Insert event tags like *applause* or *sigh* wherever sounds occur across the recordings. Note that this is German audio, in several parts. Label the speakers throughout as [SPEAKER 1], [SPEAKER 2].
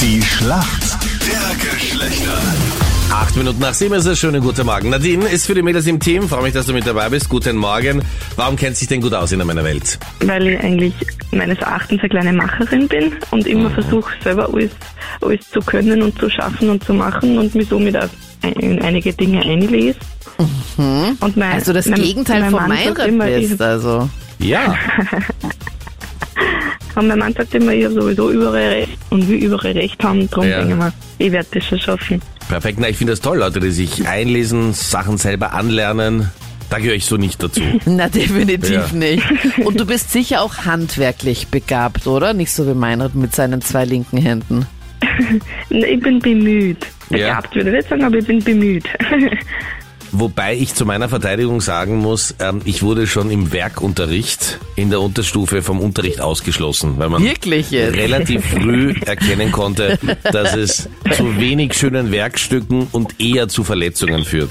[SPEAKER 1] Die Schlacht der Geschlechter.
[SPEAKER 2] Acht Minuten nach sieben ist es. Schönen guten Morgen. Nadine ist für die Mädels im Team. Freue mich, dass du mit dabei bist. Guten Morgen. Warum kennt sich denn gut aus in der Männerwelt?
[SPEAKER 3] weil ich eigentlich meines Erachtens eine kleine Macherin bin und
[SPEAKER 4] Mhm.
[SPEAKER 3] immer versuche, selber alles, alles zu können und zu schaffen und zu machen und mich somit auch in einige Dinge einlese. Und mein,
[SPEAKER 4] Also das
[SPEAKER 3] mein-
[SPEAKER 4] Gegenteil
[SPEAKER 3] mein
[SPEAKER 4] von
[SPEAKER 3] Mann sagt
[SPEAKER 4] meiner
[SPEAKER 3] immer,
[SPEAKER 4] bist,
[SPEAKER 3] ich,
[SPEAKER 4] also. *laughs*
[SPEAKER 2] Ja.
[SPEAKER 3] und mein Mann sagt immer, ich habe sowieso überall recht und will überall recht haben, darum
[SPEAKER 2] Ja.
[SPEAKER 3] denke ich mir, ich werde das schon schaffen.
[SPEAKER 2] *laughs* Perfekt. Na, ich finde das toll, Leute, die sich einlesen, Sachen selber anlernen. Da gehöre ich so nicht dazu.
[SPEAKER 4] Na, definitiv
[SPEAKER 2] Ja.
[SPEAKER 4] nicht. Und du bist sicher auch handwerklich begabt, oder? Nicht so wie Meinrad mit seinen zwei linken Händen.
[SPEAKER 3] Na, Ich bin bemüht.
[SPEAKER 2] Ja.
[SPEAKER 3] Begabt würde ich nicht sagen, aber ich bin bemüht. *laughs*
[SPEAKER 2] Wobei ich zu meiner Verteidigung sagen muss, ähm, ich wurde schon im Werkunterricht in der Unterstufe vom Unterricht ausgeschlossen, weil man
[SPEAKER 4] Wirklich jetzt?
[SPEAKER 2] relativ früh erkennen konnte, dass es zu wenig schönen Werkstücken und eher zu Verletzungen führt.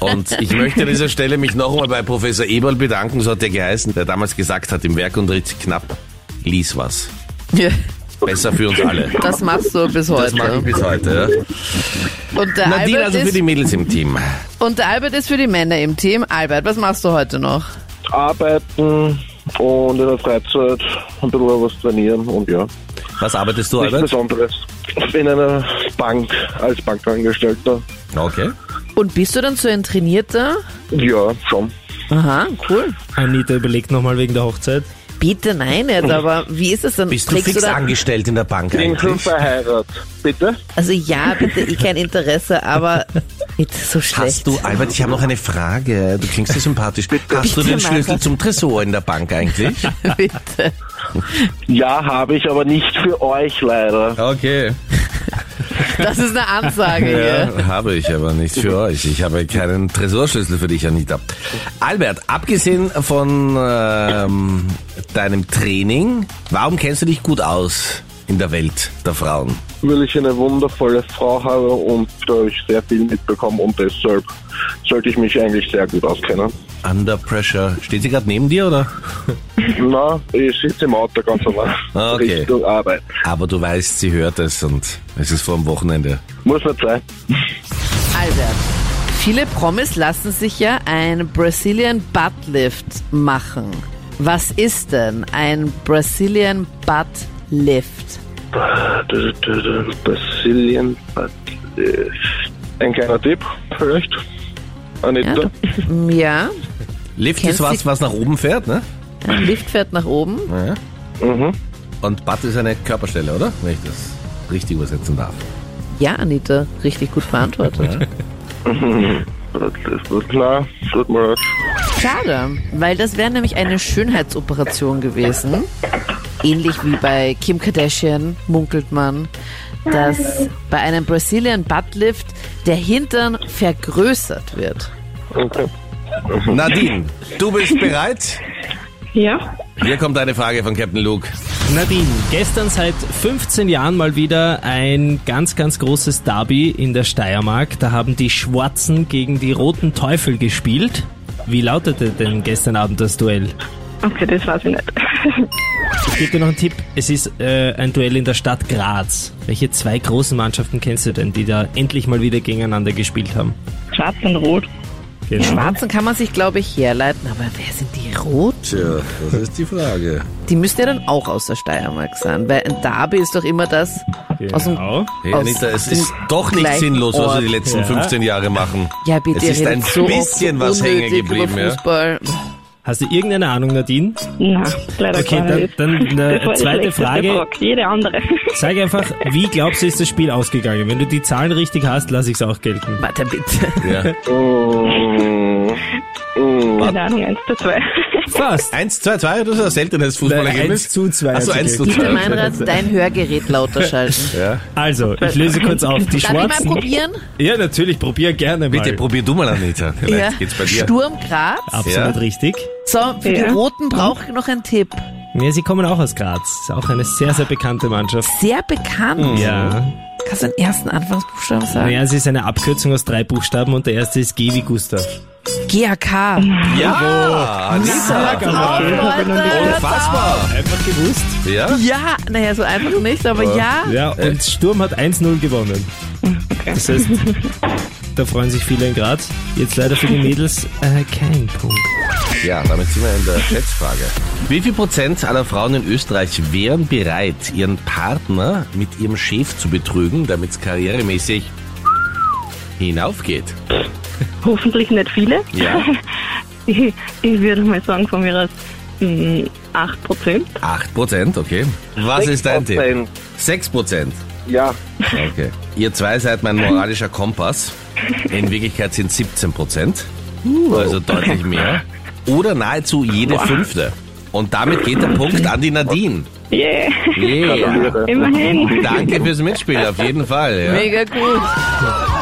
[SPEAKER 2] Und ich möchte an dieser Stelle mich nochmal bei Professor Eberl bedanken, so hat er geheißen, der damals gesagt hat, im Werkunterricht knapp, lies was.
[SPEAKER 4] Ja,
[SPEAKER 2] Besser für uns alle.
[SPEAKER 4] das machst du bis
[SPEAKER 2] Das mache ich
[SPEAKER 4] heute.
[SPEAKER 2] bis heute.
[SPEAKER 4] Und der,
[SPEAKER 2] Ja. Nadine
[SPEAKER 4] Albert
[SPEAKER 2] also für
[SPEAKER 4] ist,
[SPEAKER 2] die Mädels im Team.
[SPEAKER 4] und der Albert ist für die Männer im Team. Albert, was machst du heute noch?
[SPEAKER 5] arbeiten und in der Freizeit ein bisschen was trainieren und ja,
[SPEAKER 2] Was arbeitest du,
[SPEAKER 5] nichts
[SPEAKER 2] Albert?
[SPEAKER 5] Besonderes. In einer Bank als Bankangestellter.
[SPEAKER 2] Okay.
[SPEAKER 4] Und bist du dann so ein Trainierter?
[SPEAKER 5] Ja, schon.
[SPEAKER 4] Aha, cool.
[SPEAKER 6] Anita überlegt nochmal wegen der Hochzeit.
[SPEAKER 4] Bitte nein jetzt, aber wie ist es dann?
[SPEAKER 2] Bist du
[SPEAKER 4] Trägst
[SPEAKER 2] fix
[SPEAKER 4] dann-
[SPEAKER 2] angestellt in der Bank
[SPEAKER 5] Bin schon
[SPEAKER 2] eigentlich?
[SPEAKER 5] verheiratet. Bitte?
[SPEAKER 4] Also ja, bitte, ich kein
[SPEAKER 2] *laughs*
[SPEAKER 4] Interesse, aber jetzt so schlecht.
[SPEAKER 2] Hast du, Albert, ich habe noch eine Frage. Du klingst so sympathisch. Hast du
[SPEAKER 4] Bitte,
[SPEAKER 2] den Schlüssel
[SPEAKER 4] Markus.
[SPEAKER 2] zum Tresor in der Bank eigentlich?
[SPEAKER 4] *laughs* Bitte.
[SPEAKER 5] Ja, habe ich, aber nicht für euch leider.
[SPEAKER 2] Okay.
[SPEAKER 4] Das ist eine Ansage hier.
[SPEAKER 2] Ja, habe ich aber nicht für euch. Ich habe keinen Tresorschlüssel für dich, Anita. Albert, abgesehen von ähm, deinem Training, warum kennst du dich gut aus in der Welt der Frauen?
[SPEAKER 5] Weil ich eine wundervolle Frau habe und da habe ich sehr viel mitbekommen und deshalb sollte ich mich eigentlich sehr gut auskennen.
[SPEAKER 2] Under Pressure. Steht sie gerade neben dir, oder?
[SPEAKER 5] Na, ich sitze im Auto ganz normal.
[SPEAKER 2] Ah, okay.
[SPEAKER 5] Richtung Arbeit.
[SPEAKER 2] Aber du weißt, sie hört es und es ist vor dem Wochenende.
[SPEAKER 5] Muss nicht sein.
[SPEAKER 4] Albert, viele Promis lassen sich ja ein Brazilian Butt Lift machen. Was ist denn ein Brazilian Butt Lift?
[SPEAKER 5] Brasilien hat äh, ein kleiner Tipp, vielleicht. Anita,
[SPEAKER 4] Ja, du, ja,
[SPEAKER 2] Lift
[SPEAKER 4] Kennst
[SPEAKER 2] ist was,
[SPEAKER 4] sie-
[SPEAKER 2] was nach oben fährt, ne?
[SPEAKER 4] ein Lift fährt nach oben.
[SPEAKER 2] Und Butt ist eine Körperstelle, oder? Wenn ich das richtig übersetzen darf.
[SPEAKER 4] Ja, Anita, richtig gut beantwortet.
[SPEAKER 5] das ist klar, tut mir leid.
[SPEAKER 4] Schade, weil das wäre nämlich eine Schönheitsoperation gewesen. Ähnlich wie bei Kim Kardashian, munkelt man, dass bei einem Brazilian Buttlift der Hintern vergrößert wird.
[SPEAKER 5] Okay.
[SPEAKER 2] Nadine, du bist bereit?
[SPEAKER 3] ja,
[SPEAKER 2] Hier kommt eine Frage von Captain Luke.
[SPEAKER 6] Nadine, gestern seit 15 Jahren mal wieder ein ganz, ganz großes Derby in der Steiermark. Da haben die Schwarzen gegen die Roten Teufel gespielt. Wie lautete denn gestern Abend das Duell?
[SPEAKER 3] okay, das weiß ich nicht. *laughs*
[SPEAKER 6] Ich gebe dir noch einen Tipp. Es ist äh, ein Duell in der Stadt Graz. Welche zwei großen Mannschaften kennst du denn, die da endlich mal wieder gegeneinander gespielt haben?
[SPEAKER 3] Schwarz und Rot.
[SPEAKER 6] Genau.
[SPEAKER 4] Schwarzen kann man sich, glaube ich, herleiten, aber wer sind die Roten?
[SPEAKER 2] Tja, das ist die Frage.
[SPEAKER 4] Die müssen ja dann auch aus der Steiermark sein, weil ein Derby ist doch immer das aus dem...
[SPEAKER 6] Genau.
[SPEAKER 2] Hey,
[SPEAKER 4] Aus
[SPEAKER 2] Anita, es
[SPEAKER 4] dem
[SPEAKER 2] ist doch nicht
[SPEAKER 4] gleichen
[SPEAKER 2] sinnlos, was wir die
[SPEAKER 4] Ort.
[SPEAKER 2] letzten
[SPEAKER 6] Ja.
[SPEAKER 2] 15 Jahre machen.
[SPEAKER 4] Ja, bitte,
[SPEAKER 2] Es ist
[SPEAKER 4] ihr
[SPEAKER 2] ein
[SPEAKER 4] redet so oft
[SPEAKER 2] bisschen was
[SPEAKER 4] unnötig
[SPEAKER 2] hängen geblieben,
[SPEAKER 4] über
[SPEAKER 2] ja.
[SPEAKER 4] Fußball.
[SPEAKER 6] Hast du irgendeine Ahnung, Nadine?
[SPEAKER 3] Nein, leider
[SPEAKER 6] Okay,
[SPEAKER 3] gar
[SPEAKER 6] dann,
[SPEAKER 3] nicht. *laughs* das
[SPEAKER 6] dann
[SPEAKER 3] war
[SPEAKER 6] eine
[SPEAKER 3] die
[SPEAKER 6] zweite
[SPEAKER 3] schlechteste
[SPEAKER 6] Frage.
[SPEAKER 3] Frage. Jede *laughs* andere.
[SPEAKER 6] Sag einfach, wie glaubst du, ist das Spiel ausgegangen? Wenn du die Zahlen richtig hast, lass ich's auch gelten.
[SPEAKER 2] *laughs*
[SPEAKER 4] Warte bitte.
[SPEAKER 2] Ja.
[SPEAKER 5] Mm, mm,
[SPEAKER 3] Keine Ahnung, eins zu zwei.
[SPEAKER 6] Fast.
[SPEAKER 2] 1, 2, 2, das ist ein seltenes Fußballergebnis.
[SPEAKER 6] Nein, 1 zu 2
[SPEAKER 2] Achso,
[SPEAKER 6] hat
[SPEAKER 2] 1
[SPEAKER 6] sie
[SPEAKER 2] zu
[SPEAKER 4] Bitte,
[SPEAKER 2] 2.
[SPEAKER 4] Meinrad, dein Hörgerät lauter schalten.
[SPEAKER 6] Also, ich löse kurz auf. Die
[SPEAKER 4] Darf ich mal
[SPEAKER 6] Schwarzen.
[SPEAKER 4] probieren?
[SPEAKER 6] Ja, natürlich, probier gerne mal.
[SPEAKER 2] Bitte probier du mal, *laughs* Anita. Vielleicht
[SPEAKER 4] Ja.
[SPEAKER 2] geht's bei dir.
[SPEAKER 4] Sturm Graz.
[SPEAKER 6] Absolut
[SPEAKER 2] Ja.
[SPEAKER 6] richtig.
[SPEAKER 4] So, für die
[SPEAKER 3] Ja.
[SPEAKER 4] Roten brauche ich noch einen Tipp.
[SPEAKER 6] Ja, sie kommen auch aus Graz. Ist auch eine sehr, sehr bekannte Mannschaft.
[SPEAKER 4] Sehr
[SPEAKER 2] Hm.
[SPEAKER 4] bekannt.
[SPEAKER 6] Ja.
[SPEAKER 4] Kannst du den ersten Anfangsbuchstaben sagen?
[SPEAKER 6] Naja, es ist eine Abkürzung aus drei Buchstaben und der erste ist G wie Gustav.
[SPEAKER 4] G GAK.
[SPEAKER 2] Ja, Anita.
[SPEAKER 6] genau.
[SPEAKER 2] Unfassbar.
[SPEAKER 6] Einfach gewusst.
[SPEAKER 2] Ja,
[SPEAKER 4] Ja, naja, so einfach nicht, aber ja.
[SPEAKER 6] Ja, und Sturm hat 1-0 gewonnen. Das heißt, da freuen sich viele in Graz. Jetzt leider für die Mädels äh, kein Punkt.
[SPEAKER 2] ja, damit sind wir in der Schätzfrage. Wie viel Prozent aller Frauen in Österreich wären bereit, ihren Partner mit ihrem Chef zu betrügen, damit es karrieremäßig hinaufgeht?
[SPEAKER 3] *laughs* Hoffentlich nicht viele.
[SPEAKER 2] Ja.
[SPEAKER 3] *laughs* Ich, ich würde mal sagen, von mir aus hm, mh, 8%.
[SPEAKER 2] 8 Prozent, okay. Was ist dein Tipp?
[SPEAKER 5] 6%.
[SPEAKER 2] 6 Prozent.
[SPEAKER 5] Ja,
[SPEAKER 2] Okay. Ihr zwei seid mein moralischer Kompass. In Wirklichkeit sind 17 Prozent. Also deutlich mehr. Oder nahezu jede fünfte. Und damit geht der Punkt an die Nadine.
[SPEAKER 3] *laughs* Yeah,
[SPEAKER 2] Yeah.
[SPEAKER 5] gratuliere.
[SPEAKER 3] immerhin.
[SPEAKER 2] Danke fürs Mitspielen, auf jeden Fall. Ja.
[SPEAKER 4] Mega gut.